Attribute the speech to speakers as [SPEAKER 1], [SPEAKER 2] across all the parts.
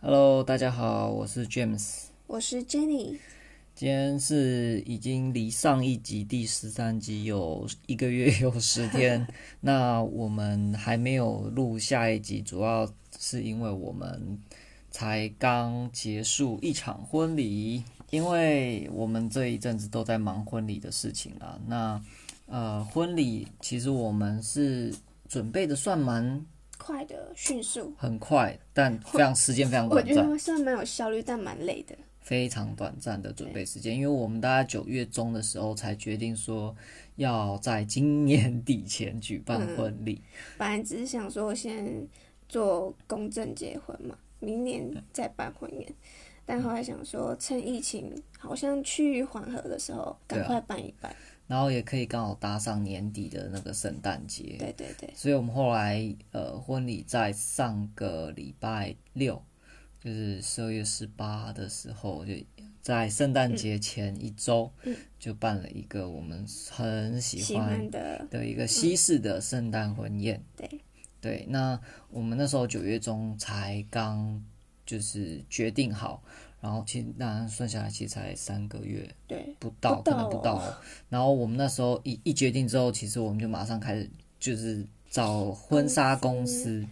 [SPEAKER 1] Hello，大家好，我是 James。
[SPEAKER 2] 我是 Jenny，
[SPEAKER 1] 今天是已经离上一集第十三集有一个月有十 天，那我们还没有录下一集，主要是因为我们才刚结束一场婚礼，因为我们这一阵子都在忙婚礼的事情啦。那呃，婚礼其实我们是准备的算蛮
[SPEAKER 2] 快的、迅速，
[SPEAKER 1] 很快，但非常时间非 常
[SPEAKER 2] 我
[SPEAKER 1] 短
[SPEAKER 2] 觉
[SPEAKER 1] 暂。
[SPEAKER 2] 得算蛮有效率，但蛮累的。
[SPEAKER 1] 非常短暂的准备时间，因为我们大概九月中的时候才决定说要在今年底前举
[SPEAKER 2] 嗯
[SPEAKER 1] 办婚礼，
[SPEAKER 2] 本来只是想说先做公证结婚嘛，明年再办婚宴，但后来想说趁疫情好像趋于缓和的时候，
[SPEAKER 1] 对啊
[SPEAKER 2] 赶快办一办。
[SPEAKER 1] 然后也可以刚好搭上年底的那个圣诞节，
[SPEAKER 2] 对对对，
[SPEAKER 1] 所以我们后来呃婚礼在上个礼拜六，就是十二月十八的时候，就在圣
[SPEAKER 2] 嗯
[SPEAKER 1] 诞节前一周、就办了一个我们很喜
[SPEAKER 2] 喜
[SPEAKER 1] 欢
[SPEAKER 2] 欢的
[SPEAKER 1] 的一个西式的圣诞婚宴。
[SPEAKER 2] 嗯对
[SPEAKER 1] 对，那我们那时候九月中才刚就是决定好，然后其实那算下来其实才三个月
[SPEAKER 2] 对
[SPEAKER 1] 不到，
[SPEAKER 2] 不
[SPEAKER 1] 可
[SPEAKER 2] 到
[SPEAKER 1] 能不到哦。然后我们那时候一一决定之后，其实我们就马上开始就是找婚纱公司，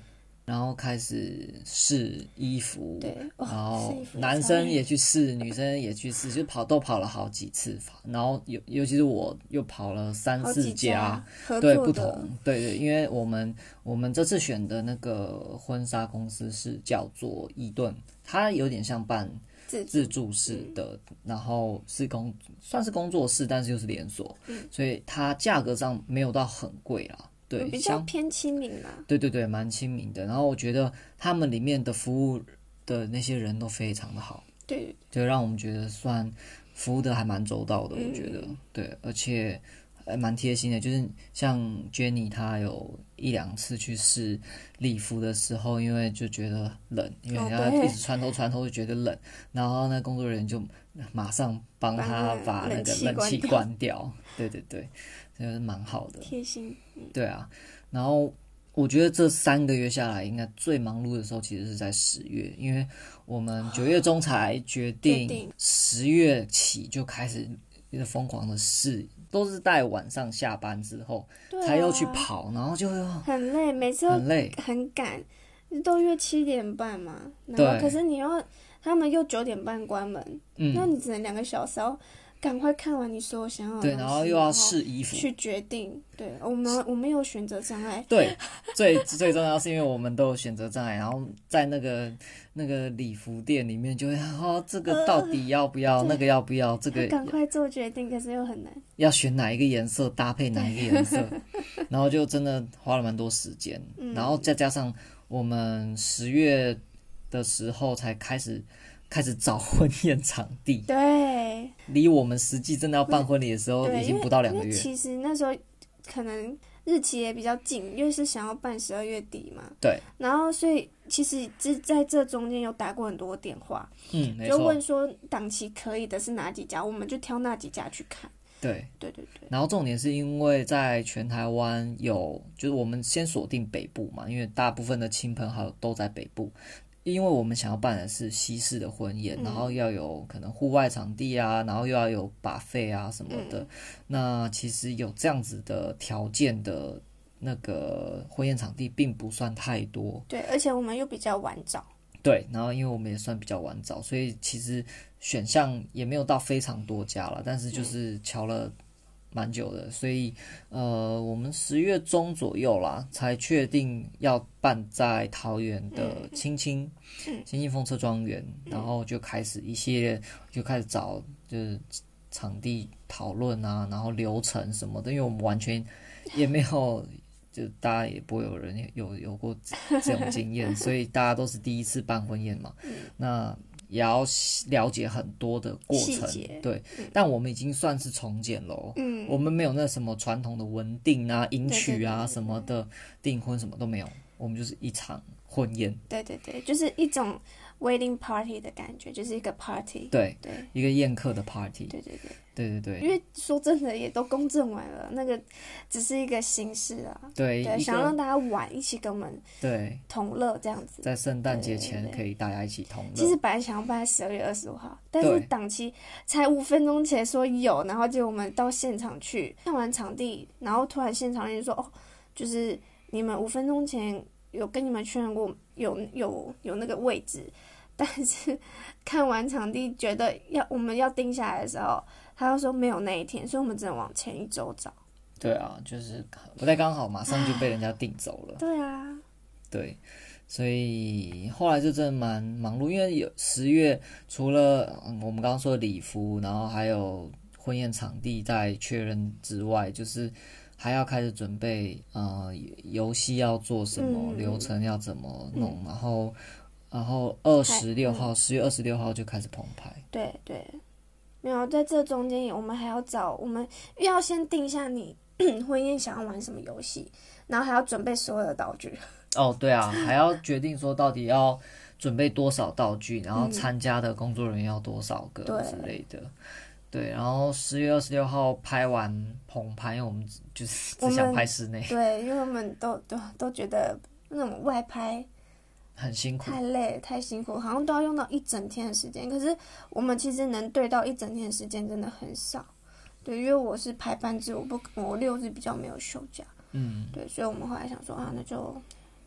[SPEAKER 1] 然后开始试衣服，
[SPEAKER 2] 对，
[SPEAKER 1] 然
[SPEAKER 2] 哦，
[SPEAKER 1] 后
[SPEAKER 2] 是一幅
[SPEAKER 1] 男
[SPEAKER 2] 超
[SPEAKER 1] 生
[SPEAKER 2] 美
[SPEAKER 1] 也去试，女生也去试，就跑都跑了好几次，然后尤尤其是我又跑了三
[SPEAKER 2] 好
[SPEAKER 1] 四
[SPEAKER 2] 几
[SPEAKER 1] 家
[SPEAKER 2] 家合
[SPEAKER 1] 对，
[SPEAKER 2] 作
[SPEAKER 1] 不
[SPEAKER 2] 的
[SPEAKER 1] 同，对对，因为我们我们这次选的那个婚纱公司是叫做伊顿，它有点像办
[SPEAKER 2] 自
[SPEAKER 1] 自助式
[SPEAKER 2] 嗯
[SPEAKER 1] 的，然后是工算是工作室，但是又是连锁，
[SPEAKER 2] 嗯
[SPEAKER 1] 所以它价格上没有到很贵啦，对，
[SPEAKER 2] 嗯比较
[SPEAKER 1] 相
[SPEAKER 2] 偏亲民啦，
[SPEAKER 1] 对对对，蛮亲民的。然后我觉得他们里面的服务的那些人都非常的好，
[SPEAKER 2] 对
[SPEAKER 1] 就让我们觉得算服务的还蛮周到的，我觉得、对，而且还蛮贴心的。就是像 Jenny 她有一两次去试礼服的时候，因为就觉得冷，因为
[SPEAKER 2] 哦
[SPEAKER 1] 她
[SPEAKER 2] 对
[SPEAKER 1] 一直穿透穿透就觉得冷，然后那工作人员就马上帮
[SPEAKER 2] 帮
[SPEAKER 1] 她
[SPEAKER 2] 那个
[SPEAKER 1] 把那
[SPEAKER 2] 冷
[SPEAKER 1] 个
[SPEAKER 2] 气
[SPEAKER 1] 冷
[SPEAKER 2] 关
[SPEAKER 1] 气
[SPEAKER 2] 掉
[SPEAKER 1] 关掉。对对对，就是蛮好的。
[SPEAKER 2] 贴心，
[SPEAKER 1] 对啊，然后我觉得这三个月下来，应该最忙碌的时候其实是在十月，因为我们九月中才决
[SPEAKER 2] 啊决
[SPEAKER 1] 定
[SPEAKER 2] 定，
[SPEAKER 1] 十月起就开始疯狂的试，都是在晚上下班之后
[SPEAKER 2] 对
[SPEAKER 1] 才又去
[SPEAKER 2] 啊
[SPEAKER 1] 跑，然后就会哦
[SPEAKER 2] 很累，每次都
[SPEAKER 1] 很累。
[SPEAKER 2] 很赶，都约七点半嘛，
[SPEAKER 1] 对
[SPEAKER 2] 然后可是你要他们又九点半关门，那
[SPEAKER 1] 嗯，
[SPEAKER 2] 你只能两个小时要赶快看完你所有想要的
[SPEAKER 1] 对，
[SPEAKER 2] 东
[SPEAKER 1] 然
[SPEAKER 2] 西
[SPEAKER 1] 后又要试衣服。
[SPEAKER 2] 去决定。对我们，我们有选择障碍，
[SPEAKER 1] 对，最最重要是因为我们都有选择障碍，然后在那个那个礼服店里面就会哦，这
[SPEAKER 2] 呃
[SPEAKER 1] 个到底要不要，那个要不要，这个
[SPEAKER 2] 要赶快做决定，可是又很难。
[SPEAKER 1] 要选哪一个颜色搭配哪一个颜色， 然后就真的花了蛮多时间，
[SPEAKER 2] 嗯
[SPEAKER 1] 然后再加上我们十月的时候才开始开始找婚宴场地，
[SPEAKER 2] 对
[SPEAKER 1] 离我们实际真的要办婚礼的时候
[SPEAKER 2] 对，
[SPEAKER 1] 已
[SPEAKER 2] 因
[SPEAKER 1] 经
[SPEAKER 2] 为
[SPEAKER 1] 不到两
[SPEAKER 2] 因
[SPEAKER 1] 个
[SPEAKER 2] 为
[SPEAKER 1] 月，
[SPEAKER 2] 其实那时候可能日期也比较近，因为是想要办十二月底嘛。
[SPEAKER 1] 对，
[SPEAKER 2] 然后所以其实这在这中间有打过很多电话，
[SPEAKER 1] 嗯，没
[SPEAKER 2] 就
[SPEAKER 1] 错
[SPEAKER 2] 问，说档期可以的是哪几家，我们就挑那几家去看。
[SPEAKER 1] 对。
[SPEAKER 2] 对对对，
[SPEAKER 1] 然后重点是因为在全台湾有，就是我们先锁定北部嘛，因为大部分的亲朋好友都在北部。因为我们想要办的是西式的婚宴，然后要有可能户外场地啊，然后又要有把费啊什么的。那其实有这样子的条件的那个婚宴场地并不算太多，
[SPEAKER 2] 对，而且我们又比较晚找，
[SPEAKER 1] 对，然后因为我们也算比较晚找，所以其实选项也没有到非常多家了，但是就是瞧了蛮久的，所以呃，我们十月中左右啦才确定要办在桃园的青青
[SPEAKER 2] 嗯
[SPEAKER 1] 青青风车庄园，然后就开始一系列就开始找就是场地讨论啊，然后流程什么的，因为我们完全也没有。就大家也不会有人有有过这种经验，所以大家都是第一次办婚宴 嘛，
[SPEAKER 2] 嗯
[SPEAKER 1] 那也要了解很多的过程
[SPEAKER 2] 细节，
[SPEAKER 1] 对。但我们已经算是重建了哦，
[SPEAKER 2] 嗯，
[SPEAKER 1] 我们没有那什么传统的文定啊、迎娶
[SPEAKER 2] 对对对
[SPEAKER 1] 啊
[SPEAKER 2] 对
[SPEAKER 1] 什么的，订婚什么都没有，我们就是一场婚宴，
[SPEAKER 2] 对对对，就是一种 wedding party 的感觉，就是一个 party。
[SPEAKER 1] 对，
[SPEAKER 2] 对
[SPEAKER 1] 一个宴客的 party，
[SPEAKER 2] 对对对，
[SPEAKER 1] 对对对，
[SPEAKER 2] 因为说真的，也都公证完了，那个只是一个形式啊。
[SPEAKER 1] 对
[SPEAKER 2] 对，
[SPEAKER 1] 一
[SPEAKER 2] 想让
[SPEAKER 1] 个
[SPEAKER 2] 大家玩，一起跟我们
[SPEAKER 1] 对，
[SPEAKER 2] 同乐这样子。
[SPEAKER 1] 在圣诞节
[SPEAKER 2] 对对
[SPEAKER 1] 前
[SPEAKER 2] 对
[SPEAKER 1] 可以大家一起同乐。
[SPEAKER 2] 其实本来想要办在十二月二十五号，但是
[SPEAKER 1] 对
[SPEAKER 2] 档期才五分钟前说有，然后结果我们到现场去看完场地，然后突然现场就说哦，就是你们五分钟前有跟你们确认过有有有那个位置，但是看完场地觉得要我们要定下来的时候，他又说没有那一天，所以我们只能往前一周找。
[SPEAKER 1] 对啊，就是不太刚好，马上就被人家订走了。
[SPEAKER 2] 对啊，
[SPEAKER 1] 对，所以后来就真的蛮忙碌，因为有十月除了嗯我们刚刚说的礼服，然后还有婚宴场地在确认之外，就是还要开始准备呃游戏要做什么，
[SPEAKER 2] 嗯
[SPEAKER 1] 流程要怎么弄，然后然后二十六
[SPEAKER 2] 还嗯
[SPEAKER 1] 号，十、月二十六号就开始澎湃。
[SPEAKER 2] 对对，没有在这中间也，我们还要找我们要先定下你 婚宴想要玩什么游戏，然后还要准备所有的道具。
[SPEAKER 1] 哦，对啊，还要决定说到底要准备多少道具，然后参加的工作人员要多少个
[SPEAKER 2] 嗯对
[SPEAKER 1] 之类的。对，然后十月二十六号拍完棚拍，因为我们只就是
[SPEAKER 2] 我
[SPEAKER 1] 只想
[SPEAKER 2] 们
[SPEAKER 1] 拍室内，
[SPEAKER 2] 对，因为我们都都都觉得那种外拍
[SPEAKER 1] 很辛苦。
[SPEAKER 2] 太累太辛苦，好像都要用到一整天的时间。可是我们其实能对到一整天的时间真的很少。对，因为我是排班制，我不我六日比较没有休假。
[SPEAKER 1] 嗯，
[SPEAKER 2] 对，所以我们后来想说啊，那就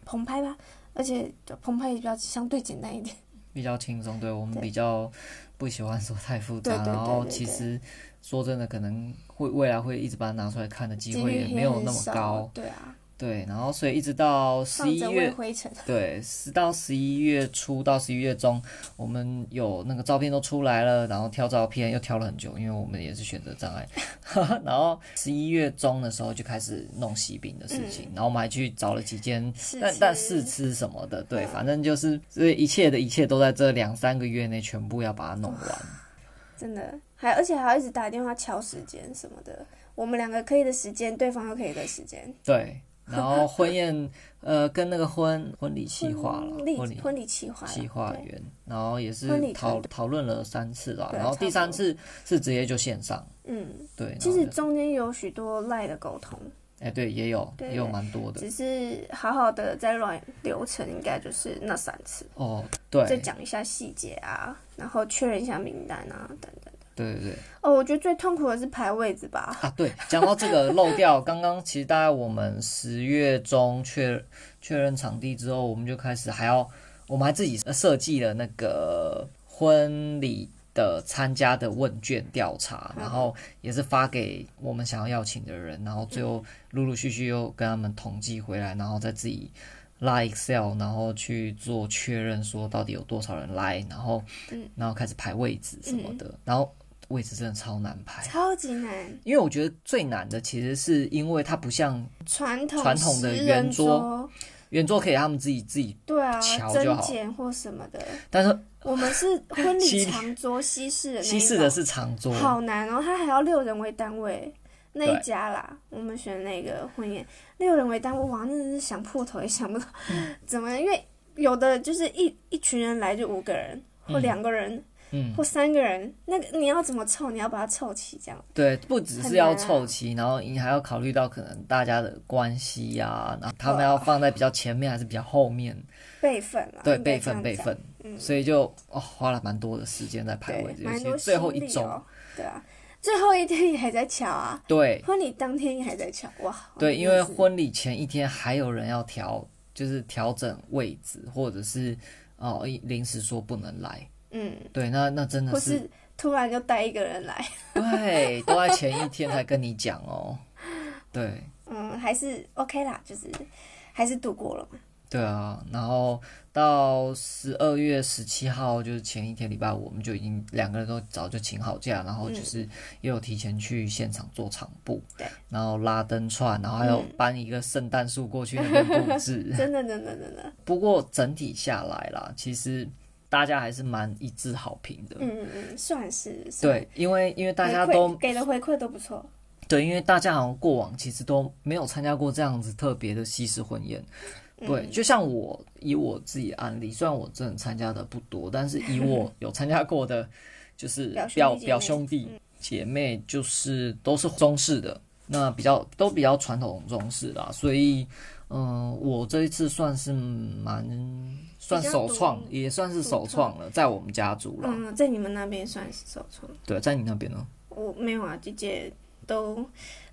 [SPEAKER 2] 澎湃吧，而且就澎湃也比较相对简单一点。
[SPEAKER 1] 比较轻松。对我们
[SPEAKER 2] 对
[SPEAKER 1] 比较不喜欢说太复杂，
[SPEAKER 2] 对对对
[SPEAKER 1] 然后
[SPEAKER 2] 对
[SPEAKER 1] 其
[SPEAKER 2] 对
[SPEAKER 1] 实说真的，可能会未来会一直把它拿出来看的机
[SPEAKER 2] 几
[SPEAKER 1] 会
[SPEAKER 2] 率
[SPEAKER 1] 也没有那么高。
[SPEAKER 2] 对啊，
[SPEAKER 1] 对，然后所以一直到十
[SPEAKER 2] 放
[SPEAKER 1] 一
[SPEAKER 2] 着
[SPEAKER 1] 月
[SPEAKER 2] 微灰尘，
[SPEAKER 1] 对，十到十一月初到十一月中，我们有那个照片都出来了，然后挑照片又挑了很久，因为我们也是选择障碍。 然后十一月中的时候就开始弄喜饼的事情，然后我们还去找了几间，
[SPEAKER 2] 嗯试
[SPEAKER 1] 但
[SPEAKER 2] 吃
[SPEAKER 1] 但试吃什么的，对，反正就是所以一切的一切都在这两三个月内全部要把它弄完。
[SPEAKER 2] 真的，还而且还要一直打电话敲时间什么的。我们两个可以的时间，对方又可以的时间，
[SPEAKER 1] 对，然后婚宴呃跟那个婚婚礼计划了，
[SPEAKER 2] 婚
[SPEAKER 1] 婚礼
[SPEAKER 2] 礼婚礼企划啦
[SPEAKER 1] 计划
[SPEAKER 2] 对
[SPEAKER 1] 员，然后也是
[SPEAKER 2] 婚礼
[SPEAKER 1] 讨
[SPEAKER 2] 团队
[SPEAKER 1] 讨论了三次啦，
[SPEAKER 2] 对
[SPEAKER 1] 然后第
[SPEAKER 2] 差
[SPEAKER 1] 三
[SPEAKER 2] 不多
[SPEAKER 1] 次是直接就线上，
[SPEAKER 2] 嗯，
[SPEAKER 1] 对，然
[SPEAKER 2] 其
[SPEAKER 1] 后
[SPEAKER 2] 实
[SPEAKER 1] 就
[SPEAKER 2] 中间有许多赖的沟通，
[SPEAKER 1] 哎对也有
[SPEAKER 2] 对
[SPEAKER 1] 也有
[SPEAKER 2] 对
[SPEAKER 1] 蛮多的
[SPEAKER 2] 只是好好的在乱流程，应该就是那三次，
[SPEAKER 1] 哦，
[SPEAKER 2] 再
[SPEAKER 1] 对
[SPEAKER 2] 讲一下细节啊，然后确认一下名单啊等等。
[SPEAKER 1] 对对对
[SPEAKER 2] 哦，我觉得最痛苦的是排位置吧，
[SPEAKER 1] 啊对，讲到这个漏掉，刚刚其实大概我们十月中确确认场地之后，我们就开始还要我们还自己设计了那个婚礼。的参加的问卷调查，然后也是发给我们想要邀请的人，然后最后陆陆续续又跟他们统计回来，然后再自己拉 Excel，然后去做确认，说到底有多少人来，然后，
[SPEAKER 2] 嗯
[SPEAKER 1] 然后开始排位置什么的，然后位置真的超难排，
[SPEAKER 2] 超级难，
[SPEAKER 1] 因为我觉得最难的其实是因为它不像
[SPEAKER 2] 传统
[SPEAKER 1] 传统的
[SPEAKER 2] 十
[SPEAKER 1] 圆
[SPEAKER 2] 人
[SPEAKER 1] 桌圆桌可以让他们自己自己，
[SPEAKER 2] 对啊，
[SPEAKER 1] 瞧就
[SPEAKER 2] 增
[SPEAKER 1] 好
[SPEAKER 2] 减或什么的。
[SPEAKER 1] 但是
[SPEAKER 2] 我们是 婚
[SPEAKER 1] 西
[SPEAKER 2] 礼长桌西式的那一
[SPEAKER 1] 西式
[SPEAKER 2] 种
[SPEAKER 1] 的是长桌，
[SPEAKER 2] 好难哦，他还要六人为单位那
[SPEAKER 1] 对
[SPEAKER 2] 一家啦。我们选那个婚宴六人为单位，哇，那真是想破头也想不到
[SPEAKER 1] 嗯
[SPEAKER 2] 怎么，因为有的就是一一群人来就五个人或
[SPEAKER 1] 嗯
[SPEAKER 2] 两个人。
[SPEAKER 1] 嗯
[SPEAKER 2] 或三个人，那个你要怎么凑？你要把它凑齐，这样
[SPEAKER 1] 对，不只
[SPEAKER 2] 很
[SPEAKER 1] 是要
[SPEAKER 2] 难啊
[SPEAKER 1] 凑齐，然后你还要考虑到可能大家的关系呀、然后他们要放在比较前面还是比较后面，
[SPEAKER 2] 辈分啦。
[SPEAKER 1] 对，
[SPEAKER 2] 哦啊应该
[SPEAKER 1] 备
[SPEAKER 2] 这
[SPEAKER 1] 份
[SPEAKER 2] 样
[SPEAKER 1] 备
[SPEAKER 2] 讲嗯
[SPEAKER 1] 份，所以就哦花了蛮多的时间在排位
[SPEAKER 2] 对，
[SPEAKER 1] 置，尤
[SPEAKER 2] 蛮
[SPEAKER 1] 其
[SPEAKER 2] 多
[SPEAKER 1] 是最后
[SPEAKER 2] 心
[SPEAKER 1] 一
[SPEAKER 2] 力
[SPEAKER 1] 周，
[SPEAKER 2] 哦。对啊，最后一天也还在瞧啊，
[SPEAKER 1] 对
[SPEAKER 2] 婚礼当天也还在瞧，哇。
[SPEAKER 1] 对，
[SPEAKER 2] 哦真
[SPEAKER 1] 因
[SPEAKER 2] 的
[SPEAKER 1] 为
[SPEAKER 2] 是
[SPEAKER 1] 婚礼前一天还有人要调，就是调整位置，或者是哦一临时说不能来，
[SPEAKER 2] 嗯，
[SPEAKER 1] 对，那那真的
[SPEAKER 2] 或
[SPEAKER 1] 是
[SPEAKER 2] 是突然就带一个人来，
[SPEAKER 1] 对，都在前一天才跟你讲哦，对。
[SPEAKER 2] 嗯，还是 OK 啦，就是还是度过 了嘛。
[SPEAKER 1] 对啊，然后到十二月十七号，就是前一天礼拜五，我们就已经两个人都早就请好假，然后就是也有提前去现场做场布，
[SPEAKER 2] 对，
[SPEAKER 1] 然后拉灯串，然后还有搬一个圣诞树过去那边布置。
[SPEAKER 2] 真的，真的，真的，
[SPEAKER 1] 不过整体下来啦，其实大家还是蛮一致好评的。
[SPEAKER 2] 嗯嗯嗯，算是算
[SPEAKER 1] 对，因为因为大家
[SPEAKER 2] 回馈
[SPEAKER 1] 都
[SPEAKER 2] 给的回馈都不错，
[SPEAKER 1] 对，因为大家好像过往其实都没有参加过这样子特别的西式婚宴，
[SPEAKER 2] 嗯
[SPEAKER 1] 对，就像我以我自己的案例，虽然我真的参加的不多，但是以 我有参加过的，就是
[SPEAKER 2] 表兄
[SPEAKER 1] 表表
[SPEAKER 2] 弟姐妹嗯
[SPEAKER 1] 兄弟姐妹，就是都是中式的，那比较都比较传统中式啦，所以，嗯、我这一次算是蛮算
[SPEAKER 2] 比较
[SPEAKER 1] 首
[SPEAKER 2] 独
[SPEAKER 1] 创，也算是首
[SPEAKER 2] 首创
[SPEAKER 1] 创了，在我们家族啦。
[SPEAKER 2] 嗯，在你们那边算是首创，
[SPEAKER 1] 对，在你那边哦呢？
[SPEAKER 2] 我没有啊，姐姐都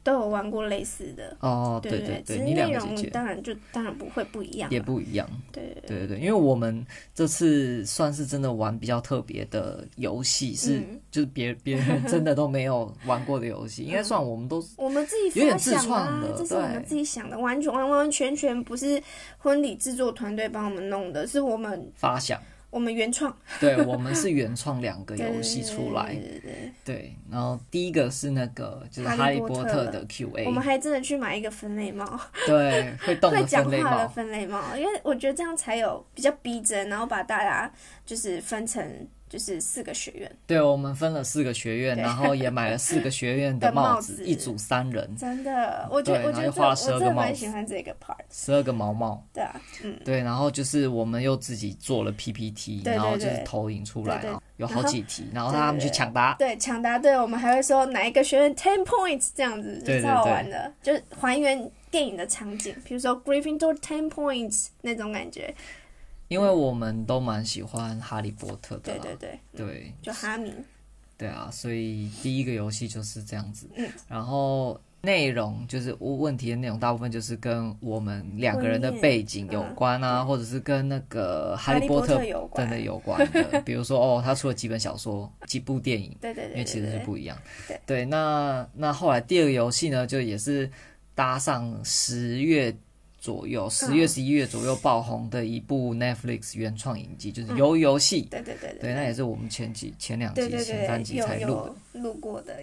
[SPEAKER 2] 都有玩过类似的，
[SPEAKER 1] 哦，
[SPEAKER 2] 对
[SPEAKER 1] 对
[SPEAKER 2] 对，只
[SPEAKER 1] 对，
[SPEAKER 2] 是
[SPEAKER 1] 你两
[SPEAKER 2] 内
[SPEAKER 1] 个
[SPEAKER 2] 容
[SPEAKER 1] 姐姐
[SPEAKER 2] 当然就当然不会不一样啊
[SPEAKER 1] 也
[SPEAKER 2] 嘛，
[SPEAKER 1] 不一样。
[SPEAKER 2] 对对
[SPEAKER 1] 对对对，因为我们这次算是真的玩比较特别的游戏，是、
[SPEAKER 2] 嗯
[SPEAKER 1] 就是别别人真的都没有玩过的游戏，应该
[SPEAKER 2] 嗯
[SPEAKER 1] 算我们都
[SPEAKER 2] 我们自己
[SPEAKER 1] 有
[SPEAKER 2] 发
[SPEAKER 1] 点自
[SPEAKER 2] 想的、
[SPEAKER 1] 创
[SPEAKER 2] 啊
[SPEAKER 1] 的，
[SPEAKER 2] 这是我们
[SPEAKER 1] 对
[SPEAKER 2] 自己想的，完全完完全全不是婚礼制作团队帮我们弄的，是我们
[SPEAKER 1] 发想，
[SPEAKER 2] 我们原创
[SPEAKER 1] 对我们是原创两个游戏出来
[SPEAKER 2] 对，对对对对
[SPEAKER 1] 对，然后第一个是那个就是《哈
[SPEAKER 2] 哈
[SPEAKER 1] 利
[SPEAKER 2] 利
[SPEAKER 1] 波
[SPEAKER 2] 波
[SPEAKER 1] 特》
[SPEAKER 2] 特
[SPEAKER 1] 的
[SPEAKER 2] 对我们
[SPEAKER 1] Q&A，
[SPEAKER 2] 还真的去买一个分类帽，
[SPEAKER 1] 对，会动
[SPEAKER 2] 会
[SPEAKER 1] 的
[SPEAKER 2] 讲
[SPEAKER 1] 分类
[SPEAKER 2] 话的
[SPEAKER 1] 帽，
[SPEAKER 2] 分类帽，因为我觉得这样才有比较逼真，然后把大家就是分成就是四个学院，
[SPEAKER 1] 对我们分了四个学院，然后也买了四个学院的
[SPEAKER 2] 的帽
[SPEAKER 1] 帽子，
[SPEAKER 2] 子
[SPEAKER 1] 一组三人，
[SPEAKER 2] 真的，我觉
[SPEAKER 1] 对
[SPEAKER 2] 得我
[SPEAKER 1] 然后
[SPEAKER 2] 觉
[SPEAKER 1] 又
[SPEAKER 2] 得这
[SPEAKER 1] 画
[SPEAKER 2] 我
[SPEAKER 1] 了12个
[SPEAKER 2] 真的
[SPEAKER 1] 帽
[SPEAKER 2] 蛮
[SPEAKER 1] 子
[SPEAKER 2] 喜欢这个 part，
[SPEAKER 1] 十二个毛帽。
[SPEAKER 2] 对啊，嗯，
[SPEAKER 1] 对，然后就是我们又自己做了 PPT，
[SPEAKER 2] 对对
[SPEAKER 1] 然后就是
[SPEAKER 2] 对
[SPEAKER 1] 投影出来
[SPEAKER 2] 对对
[SPEAKER 1] 啊，有
[SPEAKER 2] 然
[SPEAKER 1] 好
[SPEAKER 2] 后
[SPEAKER 1] 几题，然后
[SPEAKER 2] 对
[SPEAKER 1] 让他们
[SPEAKER 2] 对
[SPEAKER 1] 去抢答。
[SPEAKER 2] 对，抢答对，我们还会说哪一个学院 ten points 这样子，
[SPEAKER 1] 对对
[SPEAKER 2] 就超好玩的，就是还原电影的场景，比如说 Gryffindor ten points 那种感觉，
[SPEAKER 1] 因为我们都蛮喜欢哈利波特的
[SPEAKER 2] 对
[SPEAKER 1] 啦，
[SPEAKER 2] 对对，
[SPEAKER 1] 对
[SPEAKER 2] 就哈迷，
[SPEAKER 1] 对啊，所以第一个游戏就是这样子
[SPEAKER 2] 嗯。
[SPEAKER 1] 然后内容就是问题的内容，大部分就是跟我们两个人的
[SPEAKER 2] 婚宴
[SPEAKER 1] 背景有
[SPEAKER 2] 嗯
[SPEAKER 1] 关啊，或者是跟那个哈
[SPEAKER 2] 哈
[SPEAKER 1] 利
[SPEAKER 2] 利
[SPEAKER 1] 波
[SPEAKER 2] 波
[SPEAKER 1] 特
[SPEAKER 2] 特有
[SPEAKER 1] 真
[SPEAKER 2] 关
[SPEAKER 1] 的，有关的，比如说哦，他出了几本小说、几部电影，
[SPEAKER 2] 对对
[SPEAKER 1] 因为
[SPEAKER 2] 对
[SPEAKER 1] 其
[SPEAKER 2] 对
[SPEAKER 1] 实是
[SPEAKER 2] 对，
[SPEAKER 1] 不一样。
[SPEAKER 2] 对
[SPEAKER 1] 那那后来第二个游戏呢，就也是搭上十月左右，十月、
[SPEAKER 2] 嗯
[SPEAKER 1] 十一月左右爆红的一部 Netflix 原创影集，就是《游游戏》。
[SPEAKER 2] 嗯对对对
[SPEAKER 1] 对，那也是我们前几、前两集
[SPEAKER 2] 对、对
[SPEAKER 1] 前三
[SPEAKER 2] 对
[SPEAKER 1] 集
[SPEAKER 2] 有
[SPEAKER 1] 才录的。哦
[SPEAKER 2] 有录过的，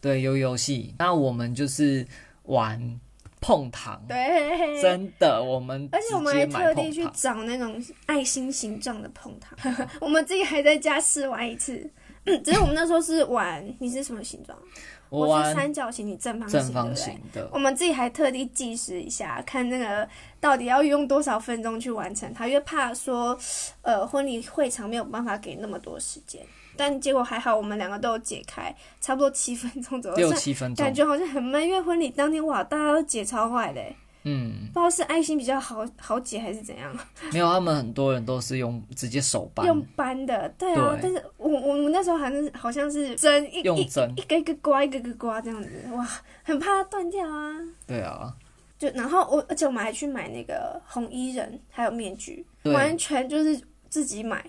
[SPEAKER 1] 对，游游戏，那我们就是玩碰糖，
[SPEAKER 2] 对，
[SPEAKER 1] 真的，我们
[SPEAKER 2] 而且我们
[SPEAKER 1] 直接
[SPEAKER 2] 还
[SPEAKER 1] 买
[SPEAKER 2] 特地
[SPEAKER 1] 碰
[SPEAKER 2] 去
[SPEAKER 1] 糖。
[SPEAKER 2] 找那种爱心形状的碰糖， 我们自己还在家试玩一次。嗯只是我们那时候是玩，你是什么形状？
[SPEAKER 1] 我
[SPEAKER 2] 是
[SPEAKER 1] 玩
[SPEAKER 2] 三角形，你正方形，
[SPEAKER 1] 正方
[SPEAKER 2] 对不
[SPEAKER 1] 形
[SPEAKER 2] 对？
[SPEAKER 1] 的，
[SPEAKER 2] 我们自己还特地计时一下，看那个到底要用多少分钟去完成它，因为怕说，呃，婚礼会场没有办法给那么多时间。但结果还好，我们两个都有解开，差不多七分钟左右，
[SPEAKER 1] 六
[SPEAKER 2] 虽然
[SPEAKER 1] 七分
[SPEAKER 2] 感
[SPEAKER 1] 钟。
[SPEAKER 2] 觉好像很慢，因为婚礼当天哇，大家都解超快的欸，
[SPEAKER 1] 嗯，
[SPEAKER 2] 不知道是爱心比较好好解还是怎样。
[SPEAKER 1] 没有，他们很多人都是用直接手扳，
[SPEAKER 2] 用搬的，对啊
[SPEAKER 1] 对，
[SPEAKER 2] 但是我我们那时候好像是好像是针一
[SPEAKER 1] 用
[SPEAKER 2] 一
[SPEAKER 1] 针。
[SPEAKER 2] 一个一个刮，一个一个刮这样子，哇，很怕它断掉啊。
[SPEAKER 1] 对啊，
[SPEAKER 2] 就然后我，而且我们还去买那个红衣人，还有面具，
[SPEAKER 1] 对啊
[SPEAKER 2] 完全就是自己买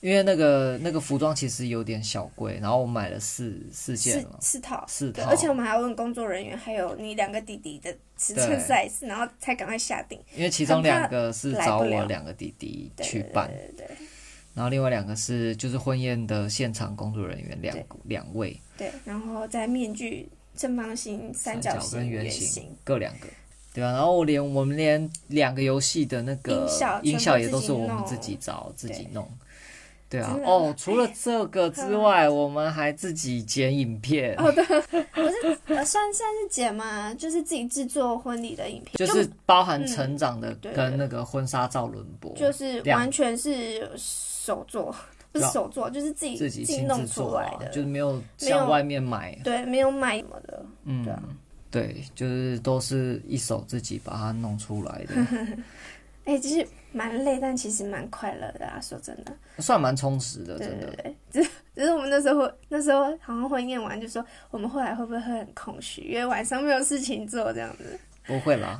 [SPEAKER 1] 因为那个那个服装其实有点小贵，然后我买了四四件
[SPEAKER 2] 四
[SPEAKER 1] 了，
[SPEAKER 2] 四套，
[SPEAKER 1] 四
[SPEAKER 2] 对，
[SPEAKER 1] 套，
[SPEAKER 2] 而且我们还问工作人员，还有你两个弟弟的尺寸
[SPEAKER 1] 对
[SPEAKER 2] size，然后才赶快下定。
[SPEAKER 1] 因为其中两个是找
[SPEAKER 2] 很怕来不
[SPEAKER 1] 我
[SPEAKER 2] 了
[SPEAKER 1] 两个弟弟
[SPEAKER 2] 对
[SPEAKER 1] 去
[SPEAKER 2] 对对
[SPEAKER 1] 办，
[SPEAKER 2] 对对
[SPEAKER 1] 然后另外两个是就是婚宴的现场工作人员两
[SPEAKER 2] 对
[SPEAKER 1] 两位，
[SPEAKER 2] 对，然后在面具、正方形、三
[SPEAKER 1] 角
[SPEAKER 2] 角形、
[SPEAKER 1] 跟
[SPEAKER 2] 圆
[SPEAKER 1] 形，各两个，对啊，然后我连我们连两个游戏的那个
[SPEAKER 2] 音效
[SPEAKER 1] 音效也都是
[SPEAKER 2] 全部
[SPEAKER 1] 我
[SPEAKER 2] 自己弄
[SPEAKER 1] 们自己找自己弄。对啊
[SPEAKER 2] 真，的
[SPEAKER 1] 哦，除了这个 之外，我们还自己剪影片，
[SPEAKER 2] 哦呃，算算是姐嘛，就是自己制作婚礼的影片，
[SPEAKER 1] 就是包含成长的
[SPEAKER 2] 嗯对
[SPEAKER 1] 跟那个婚纱照轮播，
[SPEAKER 2] 就是
[SPEAKER 1] 两
[SPEAKER 2] 完全是手做，不
[SPEAKER 1] 对
[SPEAKER 2] 是
[SPEAKER 1] 啊
[SPEAKER 2] 手做，就是自己
[SPEAKER 1] 自己亲自
[SPEAKER 2] 弄出
[SPEAKER 1] 做
[SPEAKER 2] 来
[SPEAKER 1] 啊，
[SPEAKER 2] 的，
[SPEAKER 1] 就是没有像外面买，
[SPEAKER 2] 对，没有卖什么的，
[SPEAKER 1] 嗯，
[SPEAKER 2] 对啊
[SPEAKER 1] 对，就是都是一手自己把它弄出来的，
[SPEAKER 2] 哎、其实蛮累，但其实蛮快乐的啊！说真的，
[SPEAKER 1] 算蛮充实的，
[SPEAKER 2] 对
[SPEAKER 1] 真
[SPEAKER 2] 对
[SPEAKER 1] 的。
[SPEAKER 2] 对，只是只是我们那时候那时候好像婚宴完就说，我们后来会不会会很空虚，因为晚上没有事情做这样子，
[SPEAKER 1] 不会 啦，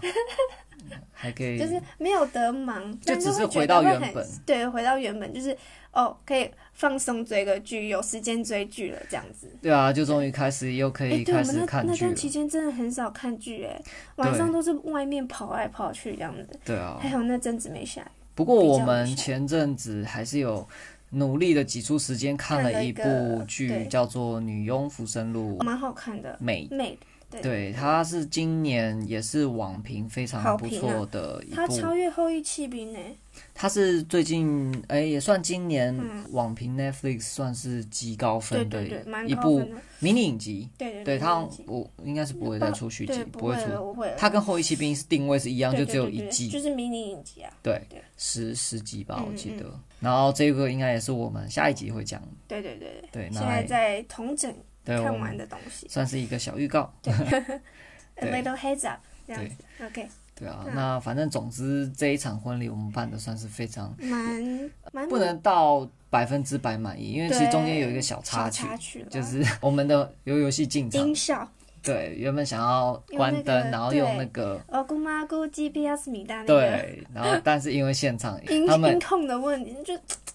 [SPEAKER 1] 还可以，
[SPEAKER 2] 就是没有得忙，
[SPEAKER 1] 嗯就
[SPEAKER 2] 但
[SPEAKER 1] 只是
[SPEAKER 2] 会
[SPEAKER 1] 回
[SPEAKER 2] 觉得
[SPEAKER 1] 到
[SPEAKER 2] 会
[SPEAKER 1] 原
[SPEAKER 2] 很
[SPEAKER 1] 本，
[SPEAKER 2] 对，回到原本就是哦，可以放松追个剧，有时间追剧了这样子。
[SPEAKER 1] 对啊，就终于开始又可
[SPEAKER 2] 哎、
[SPEAKER 1] 以
[SPEAKER 2] 对，
[SPEAKER 1] 开
[SPEAKER 2] 我们
[SPEAKER 1] 始
[SPEAKER 2] 那
[SPEAKER 1] 看
[SPEAKER 2] 那
[SPEAKER 1] 剧
[SPEAKER 2] 段
[SPEAKER 1] 了，
[SPEAKER 2] 期间真的很少看剧，哎，晚上
[SPEAKER 1] 对
[SPEAKER 2] 都是外面跑来跑去这样子。
[SPEAKER 1] 对啊。
[SPEAKER 2] 还好那阵子没下雨，
[SPEAKER 1] 不过我
[SPEAKER 2] 比较一
[SPEAKER 1] 们
[SPEAKER 2] 下
[SPEAKER 1] 前阵子还是有努力的挤出时间看
[SPEAKER 2] 看
[SPEAKER 1] 了
[SPEAKER 2] 了
[SPEAKER 1] 一
[SPEAKER 2] 一
[SPEAKER 1] 部
[SPEAKER 2] 个
[SPEAKER 1] 剧，
[SPEAKER 2] 对
[SPEAKER 1] 叫做《女佣浮生录》，
[SPEAKER 2] 蛮好看的，
[SPEAKER 1] 美
[SPEAKER 2] 美对
[SPEAKER 1] 对，它是今年也是网评非常
[SPEAKER 2] 好
[SPEAKER 1] 不
[SPEAKER 2] 评啊
[SPEAKER 1] 错的一
[SPEAKER 2] 它
[SPEAKER 1] 部
[SPEAKER 2] 超越《后裔弃兵》呢。
[SPEAKER 1] 它是最近哎、也算今年
[SPEAKER 2] 嗯
[SPEAKER 1] 网评 Netflix 算是极高
[SPEAKER 2] 对
[SPEAKER 1] 分的
[SPEAKER 2] 对对，蛮
[SPEAKER 1] 一
[SPEAKER 2] 高分
[SPEAKER 1] 部
[SPEAKER 2] 的。
[SPEAKER 1] 迷你影集。
[SPEAKER 2] 对对
[SPEAKER 1] 对
[SPEAKER 2] 对，
[SPEAKER 1] 它
[SPEAKER 2] 没问题
[SPEAKER 1] 我应该是不会再出续集，
[SPEAKER 2] 对
[SPEAKER 1] 不会
[SPEAKER 2] 会
[SPEAKER 1] 出。
[SPEAKER 2] 了，我会了。
[SPEAKER 1] 它跟《后一期兵》是定位是一样，
[SPEAKER 2] 对
[SPEAKER 1] 就
[SPEAKER 2] 对
[SPEAKER 1] 只有
[SPEAKER 2] 对
[SPEAKER 1] 一
[SPEAKER 2] 对
[SPEAKER 1] 季，
[SPEAKER 2] 就是迷你影集啊。
[SPEAKER 1] 对
[SPEAKER 2] 对，
[SPEAKER 1] 十十集吧，
[SPEAKER 2] 嗯
[SPEAKER 1] 我记
[SPEAKER 2] 嗯
[SPEAKER 1] 得。然后这个应该也是我们下一集会讲，
[SPEAKER 2] 对对对
[SPEAKER 1] 对，
[SPEAKER 2] 对，
[SPEAKER 1] 拿
[SPEAKER 2] 现在
[SPEAKER 1] 来
[SPEAKER 2] 在同整
[SPEAKER 1] 对我
[SPEAKER 2] 看
[SPEAKER 1] 们
[SPEAKER 2] 完的东西
[SPEAKER 1] 算是一个小预告。对
[SPEAKER 2] ，A little heads up 这样
[SPEAKER 1] 对
[SPEAKER 2] 子，OK，
[SPEAKER 1] 对啊，
[SPEAKER 2] 嗯
[SPEAKER 1] 那反正总之这一场婚礼我们办的算是非常
[SPEAKER 2] 蛮蛮
[SPEAKER 1] 不能到百分之百满意，因为其实中间有一个小插
[SPEAKER 2] 小
[SPEAKER 1] 曲，
[SPEAKER 2] 插曲了，
[SPEAKER 1] 就是我们的游游戏进场
[SPEAKER 2] 音，效。
[SPEAKER 1] 对，原本想要
[SPEAKER 2] 用
[SPEAKER 1] 关
[SPEAKER 2] 那
[SPEAKER 1] 灯，
[SPEAKER 2] 个
[SPEAKER 1] 然后
[SPEAKER 2] 对
[SPEAKER 1] 用那个
[SPEAKER 2] 哦，姑妈姑 GPS 米大那个
[SPEAKER 1] 对，然后但是因为现 场
[SPEAKER 2] 音
[SPEAKER 1] 他们
[SPEAKER 2] 音控的问题，就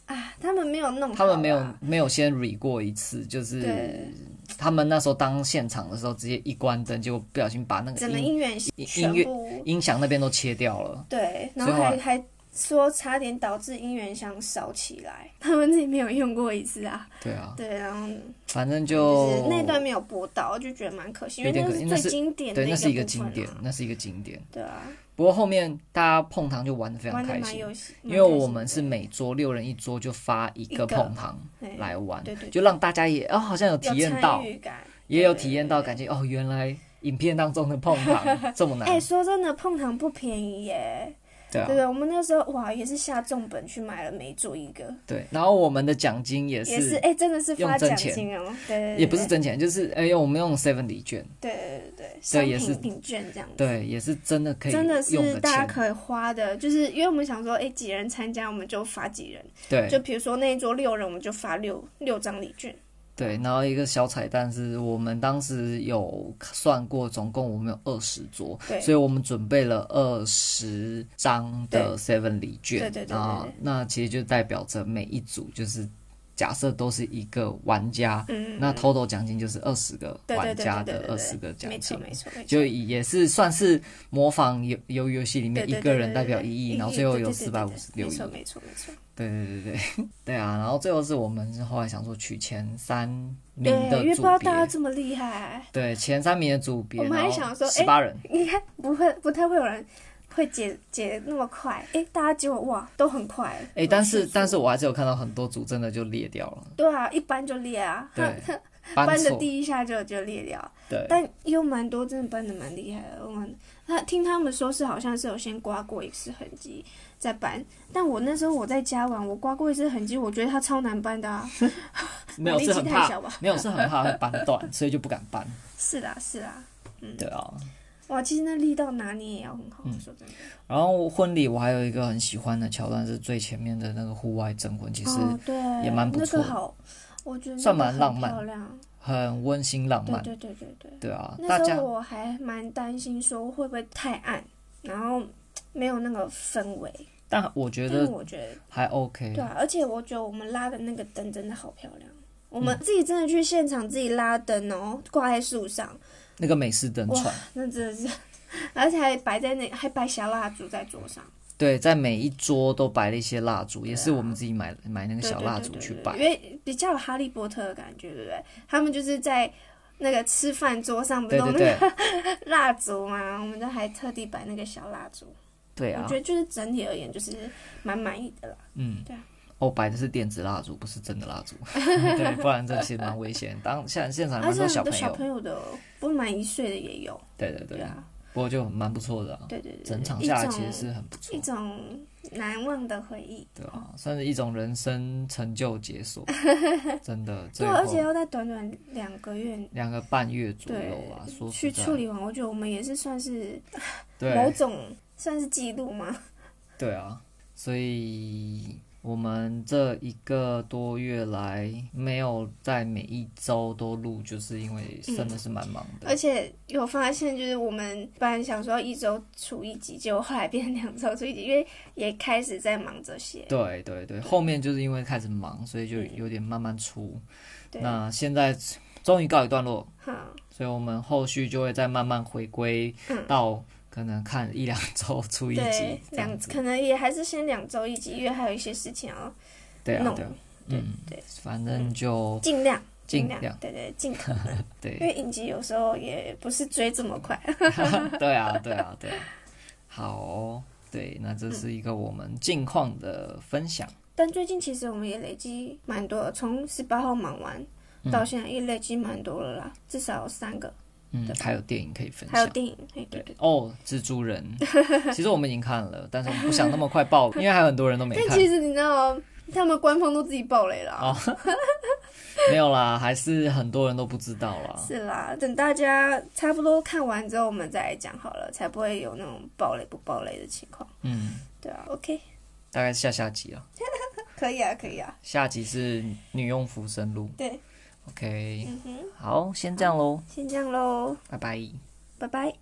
[SPEAKER 2] 啊，他们没有弄好
[SPEAKER 1] 他
[SPEAKER 2] 啊，
[SPEAKER 1] 们没有没有先 re 过一次，就是
[SPEAKER 2] 对，
[SPEAKER 1] 他们那时候当现场的时候，直接一关灯，结果不小心把那个
[SPEAKER 2] 整个
[SPEAKER 1] 音
[SPEAKER 2] 音源
[SPEAKER 1] 音
[SPEAKER 2] 全
[SPEAKER 1] 乐
[SPEAKER 2] 部
[SPEAKER 1] 音响那边都切掉了。
[SPEAKER 2] 对，然
[SPEAKER 1] 所以
[SPEAKER 2] 后
[SPEAKER 1] 后啊
[SPEAKER 2] 还
[SPEAKER 1] 来
[SPEAKER 2] 还说差点导致音源箱烧起来，他们自己没有用过一次啊。
[SPEAKER 1] 对啊，
[SPEAKER 2] 对，然后
[SPEAKER 1] 反正
[SPEAKER 2] 就是
[SPEAKER 1] 就
[SPEAKER 2] 那段没有播到，就觉得蛮可惜，因
[SPEAKER 1] 有
[SPEAKER 2] 为
[SPEAKER 1] 点可惜
[SPEAKER 2] 是
[SPEAKER 1] 那
[SPEAKER 2] 最
[SPEAKER 1] 是
[SPEAKER 2] 经典的
[SPEAKER 1] 对，那是一个
[SPEAKER 2] 部分
[SPEAKER 1] 经
[SPEAKER 2] 啊
[SPEAKER 1] 典，那是一个经典。
[SPEAKER 2] 对啊，
[SPEAKER 1] 不过后面大家碰糖就玩的非常
[SPEAKER 2] 玩的
[SPEAKER 1] 开
[SPEAKER 2] 蛮
[SPEAKER 1] 心
[SPEAKER 2] 有，戏，
[SPEAKER 1] 因
[SPEAKER 2] 蛮
[SPEAKER 1] 为
[SPEAKER 2] 开心
[SPEAKER 1] 我
[SPEAKER 2] 的
[SPEAKER 1] 们是每桌六人一桌就发一个
[SPEAKER 2] 一个
[SPEAKER 1] 碰糖
[SPEAKER 2] 对
[SPEAKER 1] 来玩，
[SPEAKER 2] 对对
[SPEAKER 1] 就让大家也哦好像有体验到
[SPEAKER 2] 有参，与感。
[SPEAKER 1] 也有体验到感觉哦，原来影片当中的碰 糖这么
[SPEAKER 2] 哎、
[SPEAKER 1] 难，
[SPEAKER 2] 说真的，碰糖不便宜耶。
[SPEAKER 1] 对
[SPEAKER 2] 对
[SPEAKER 1] 啊，
[SPEAKER 2] 对，我们那时候哇，也是下重本去买了每组一个，
[SPEAKER 1] 对。然后我们的奖金也
[SPEAKER 2] 也是
[SPEAKER 1] 是
[SPEAKER 2] 哎、真的是
[SPEAKER 1] 用
[SPEAKER 2] 发
[SPEAKER 1] 真
[SPEAKER 2] 奖
[SPEAKER 1] 钱
[SPEAKER 2] 金哦。对对对，
[SPEAKER 1] 也不是
[SPEAKER 2] 对
[SPEAKER 1] 真钱，就是哎，我们用 seventy 券，
[SPEAKER 2] 对对对对，商
[SPEAKER 1] 也是
[SPEAKER 2] 品品券这样子。
[SPEAKER 1] 对，也是真的可以
[SPEAKER 2] 真的
[SPEAKER 1] 用
[SPEAKER 2] 是大家
[SPEAKER 1] 钱，
[SPEAKER 2] 可以花的，就是因为我们想说，哎、几人参加我们就发几人，就
[SPEAKER 1] 对
[SPEAKER 2] 比如说那一桌六人，我们就发六六张礼券，
[SPEAKER 1] 对。然后一个小彩蛋是我们当时有算过，总共我们有二十桌，
[SPEAKER 2] 对
[SPEAKER 1] 所以我们准备了二十张的 seven 礼券，
[SPEAKER 2] 对对对对
[SPEAKER 1] 啊
[SPEAKER 2] 对，
[SPEAKER 1] 那其实就代表着每一组就是假设都是一个玩家，
[SPEAKER 2] 嗯，
[SPEAKER 1] 那 total 奖金就是二十个
[SPEAKER 2] 对对
[SPEAKER 1] 玩
[SPEAKER 2] 对
[SPEAKER 1] 家
[SPEAKER 2] 对
[SPEAKER 1] 的
[SPEAKER 2] 对对
[SPEAKER 1] 二
[SPEAKER 2] 对
[SPEAKER 1] 十个奖
[SPEAKER 2] 没错
[SPEAKER 1] 金，
[SPEAKER 2] 没错没错，
[SPEAKER 1] 就也是算是模仿游游游戏里面
[SPEAKER 2] 对
[SPEAKER 1] 一
[SPEAKER 2] 对对
[SPEAKER 1] 个
[SPEAKER 2] 对
[SPEAKER 1] 人
[SPEAKER 2] 对
[SPEAKER 1] 代表
[SPEAKER 2] 对
[SPEAKER 1] 一亿，
[SPEAKER 2] 对
[SPEAKER 1] 然后
[SPEAKER 2] 对
[SPEAKER 1] 最后
[SPEAKER 2] 对
[SPEAKER 1] 有
[SPEAKER 2] 对
[SPEAKER 1] 四
[SPEAKER 2] 对
[SPEAKER 1] 百
[SPEAKER 2] 对
[SPEAKER 1] 五
[SPEAKER 2] 对
[SPEAKER 1] 十六
[SPEAKER 2] 没
[SPEAKER 1] 亿
[SPEAKER 2] 错，没错没错，
[SPEAKER 1] 对对对对对啊！然后最后是我们是后来想说取前三名
[SPEAKER 2] 对，
[SPEAKER 1] 的
[SPEAKER 2] 因为
[SPEAKER 1] 组
[SPEAKER 2] 不知道大家
[SPEAKER 1] 别，
[SPEAKER 2] 这么厉害，
[SPEAKER 1] 对前三名的组别，
[SPEAKER 2] 我们还想说
[SPEAKER 1] 十
[SPEAKER 2] 诶
[SPEAKER 1] 八人，
[SPEAKER 2] 应该不会不太会有人会解解那么快，哎、大家结果哇都很快，
[SPEAKER 1] 哎、但
[SPEAKER 2] 哦
[SPEAKER 1] 是但是我还是有看到很多组真的就裂掉 了，
[SPEAKER 2] 对啊，一搬就裂啊，
[SPEAKER 1] 对
[SPEAKER 2] 搬的
[SPEAKER 1] 错，
[SPEAKER 2] 第一下就就裂掉，
[SPEAKER 1] 对
[SPEAKER 2] 但也有蛮多真的搬的蛮厉害的。我们他听他们说是好像是有先刮过一次痕迹再搬，但我那时候我在家玩，我刮过一次痕迹，我觉得它超难搬的啊，
[SPEAKER 1] 没有
[SPEAKER 2] 力
[SPEAKER 1] 是
[SPEAKER 2] 气
[SPEAKER 1] 很
[SPEAKER 2] 太
[SPEAKER 1] 怕
[SPEAKER 2] 小，吧？
[SPEAKER 1] 没有是很怕会搬断，所以就不敢搬，
[SPEAKER 2] 是啦是啦，
[SPEAKER 1] 对啊。
[SPEAKER 2] 哇，其实那力道拿捏也要很好，
[SPEAKER 1] 嗯
[SPEAKER 2] 说真的。
[SPEAKER 1] 然后婚礼我还有一个很喜欢的桥段是最前面的那个户外征婚，其实
[SPEAKER 2] 哦，对，
[SPEAKER 1] 也蛮不错
[SPEAKER 2] 那
[SPEAKER 1] 的
[SPEAKER 2] 个好，我觉得那个
[SPEAKER 1] 算蛮
[SPEAKER 2] 很
[SPEAKER 1] 浪漫
[SPEAKER 2] 漂亮。
[SPEAKER 1] 很温馨浪
[SPEAKER 2] 对
[SPEAKER 1] 漫，
[SPEAKER 2] 对对对对。
[SPEAKER 1] 对啊，大
[SPEAKER 2] 那时
[SPEAKER 1] 家
[SPEAKER 2] 候我还蛮担心说会不会太暗，然后没有那个氛围。
[SPEAKER 1] 但我觉
[SPEAKER 2] 但
[SPEAKER 1] 得嗯
[SPEAKER 2] 我觉得
[SPEAKER 1] 还 OK，
[SPEAKER 2] 对啊，而且我觉得我们拉的那个灯真的好漂亮，
[SPEAKER 1] 嗯
[SPEAKER 2] 我们自己真的去现场自己拉灯哦，挂在树上，
[SPEAKER 1] 那个美式灯串，
[SPEAKER 2] 那真的是， 而且还摆在那，还摆小蜡烛在桌上，
[SPEAKER 1] 对，在每一桌都摆了一些蜡烛，也是我们自己买买那个
[SPEAKER 2] 啊对
[SPEAKER 1] 小
[SPEAKER 2] 对
[SPEAKER 1] 蜡
[SPEAKER 2] 对
[SPEAKER 1] 烛
[SPEAKER 2] 对
[SPEAKER 1] 去
[SPEAKER 2] 对
[SPEAKER 1] 摆
[SPEAKER 2] 因，为比较有哈利波特的感觉，对不对？他们就是在。那个吃饭桌上不
[SPEAKER 1] 对
[SPEAKER 2] 是有
[SPEAKER 1] 对
[SPEAKER 2] 那个
[SPEAKER 1] 对，
[SPEAKER 2] 蜡烛吗？我们都还特地摆那个小蜡烛，
[SPEAKER 1] 对
[SPEAKER 2] 我
[SPEAKER 1] 啊
[SPEAKER 2] 觉，得就是整体而言就是蛮满意的啦。
[SPEAKER 1] 嗯
[SPEAKER 2] 对啊，
[SPEAKER 1] 哦，摆的是电子蜡烛，不是真的蜡烛， 对，不然这其实蛮危险。当现现场有
[SPEAKER 2] 而
[SPEAKER 1] 啊蛮多
[SPEAKER 2] 且啊很
[SPEAKER 1] 小
[SPEAKER 2] 多
[SPEAKER 1] 朋
[SPEAKER 2] 小
[SPEAKER 1] 友
[SPEAKER 2] 朋，友的不满一岁的也有，
[SPEAKER 1] 对对对，
[SPEAKER 2] 啊，
[SPEAKER 1] 不过就蛮不错的啊，
[SPEAKER 2] 对对对，
[SPEAKER 1] 整场
[SPEAKER 2] 一
[SPEAKER 1] 下来
[SPEAKER 2] 种
[SPEAKER 1] 其实是很不错
[SPEAKER 2] 一，哦种难忘的回忆。
[SPEAKER 1] 对啊，算是一种人生成就解 锁，真的，
[SPEAKER 2] 对，
[SPEAKER 1] 最
[SPEAKER 2] 而且
[SPEAKER 1] 后
[SPEAKER 2] 要在短短两个月
[SPEAKER 1] 两个半月左
[SPEAKER 2] 对
[SPEAKER 1] 右吧，说
[SPEAKER 2] 去
[SPEAKER 1] 实在
[SPEAKER 2] 处理完，我觉得我们也是算是
[SPEAKER 1] 对
[SPEAKER 2] 某种算是记录嘛。
[SPEAKER 1] 对啊，所以我们这一个多月来没有在每一周都录，就是因为真
[SPEAKER 2] 嗯
[SPEAKER 1] 的是蛮忙的。
[SPEAKER 2] 而且有发现，就是我们本来想说一周出一集，结果后来变 成两周出一集，因为也开始在忙这些。
[SPEAKER 1] 对对对，后面就是因为开始忙，所以就
[SPEAKER 2] 嗯
[SPEAKER 1] 有点慢慢出。
[SPEAKER 2] 对，
[SPEAKER 1] 那现在终于告一段落，
[SPEAKER 2] 哈，
[SPEAKER 1] 所以我们后续就会再慢慢回归
[SPEAKER 2] 嗯
[SPEAKER 1] 到可能看一两周出一
[SPEAKER 2] 对
[SPEAKER 1] 集，这样
[SPEAKER 2] 两
[SPEAKER 1] 子。
[SPEAKER 2] 可能也还是先两周一集，因为还有一些事情要哦
[SPEAKER 1] 对啊，
[SPEAKER 2] 弄
[SPEAKER 1] 对啊，
[SPEAKER 2] 对
[SPEAKER 1] 嗯，
[SPEAKER 2] 对，
[SPEAKER 1] 反正就
[SPEAKER 2] 尽量
[SPEAKER 1] 尽
[SPEAKER 2] 量
[SPEAKER 1] 量
[SPEAKER 2] 对对， 尽可能，因
[SPEAKER 1] 对，
[SPEAKER 2] 为影集有时候也不是追这么快。
[SPEAKER 1] 对啊，对啊，对啊，好哦、对，那这是一个我们近况的分享，
[SPEAKER 2] 但最近其实我们也累积蛮多的，从十八号忙完到现在也累积蛮多了啦，至少有三个，
[SPEAKER 1] 嗯，还有电影可以分
[SPEAKER 2] 还有
[SPEAKER 1] 享。
[SPEAKER 2] 电影，嘿对
[SPEAKER 1] 对
[SPEAKER 2] 对。
[SPEAKER 1] 哦，蜘蛛人，其实我们已经看了，但是我们不想那么快 爆，因为还有很多人都没
[SPEAKER 2] 但
[SPEAKER 1] 看
[SPEAKER 2] 其。实你知道吗，他们官方都自己爆雷了啊、
[SPEAKER 1] 哦 没有啦，还是很多人都不知道啦。
[SPEAKER 2] 是啦，等大家差不多看完之后，我们再来讲好了，才不会有那种爆雷不爆雷的情况。
[SPEAKER 1] 嗯，
[SPEAKER 2] 对啊，OK，
[SPEAKER 1] 大概下下集了。
[SPEAKER 2] 可以啊，可以啊，
[SPEAKER 1] 下集是女佣浮生录。
[SPEAKER 2] 对，
[SPEAKER 1] OK，
[SPEAKER 2] 嗯哼，
[SPEAKER 1] 好，先这样喽，
[SPEAKER 2] 先这样喽，
[SPEAKER 1] 拜拜。
[SPEAKER 2] 拜拜。